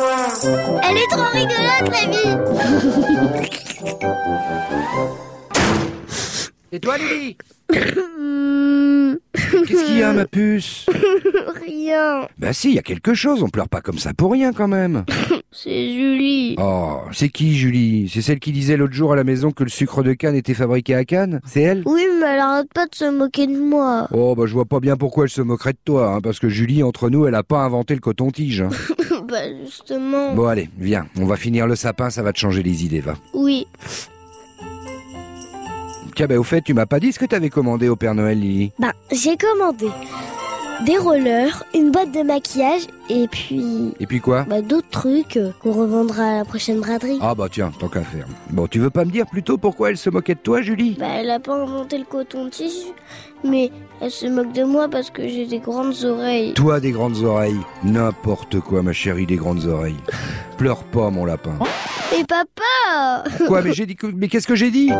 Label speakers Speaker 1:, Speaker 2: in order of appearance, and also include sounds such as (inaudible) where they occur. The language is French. Speaker 1: Elle est trop rigolote, Rémi
Speaker 2: Et toi, Lily
Speaker 1: Hum,
Speaker 2: Qu'est-ce qu'il y a, ma puce
Speaker 1: Rien.
Speaker 2: Bah si, il y a quelque chose, on pleure pas comme ça pour rien quand même.
Speaker 1: C'est Julie.
Speaker 2: Oh, c'est qui, Julie C'est celle qui disait l'autre jour à la maison que le sucre de canne était fabriqué à Cannes C'est elle
Speaker 1: Oui, mais elle arrête pas de se moquer de moi.
Speaker 2: Oh, bah je vois pas bien pourquoi elle se moquerait de toi, hein, parce que Julie, entre nous, elle a pas inventé le coton-tige. (laughs) hein.
Speaker 1: (laughs) bah, justement.
Speaker 2: Bon allez, viens, on va finir le sapin, ça va te changer les idées, va.
Speaker 1: Oui.
Speaker 2: Tiens, bah au fait, tu m'as pas dit ce que t'avais commandé au Père Noël, Lily
Speaker 3: Ben, j'ai commandé des rollers, une boîte de maquillage et puis
Speaker 2: Et puis quoi
Speaker 3: bah, d'autres trucs euh, qu'on revendra à la prochaine braderie.
Speaker 2: Ah bah tiens, tant qu'à faire. Bon, tu veux pas me dire plutôt pourquoi elle se moquait de toi, Julie
Speaker 1: Bah, elle a pas inventé le coton-tige, mais elle se moque de moi parce que j'ai des grandes oreilles.
Speaker 2: Toi, des grandes oreilles. N'importe quoi, ma chérie, des grandes oreilles. Pleure pas, mon lapin.
Speaker 1: Et papa
Speaker 2: Quoi, mais j'ai dit que... Mais qu'est-ce que j'ai dit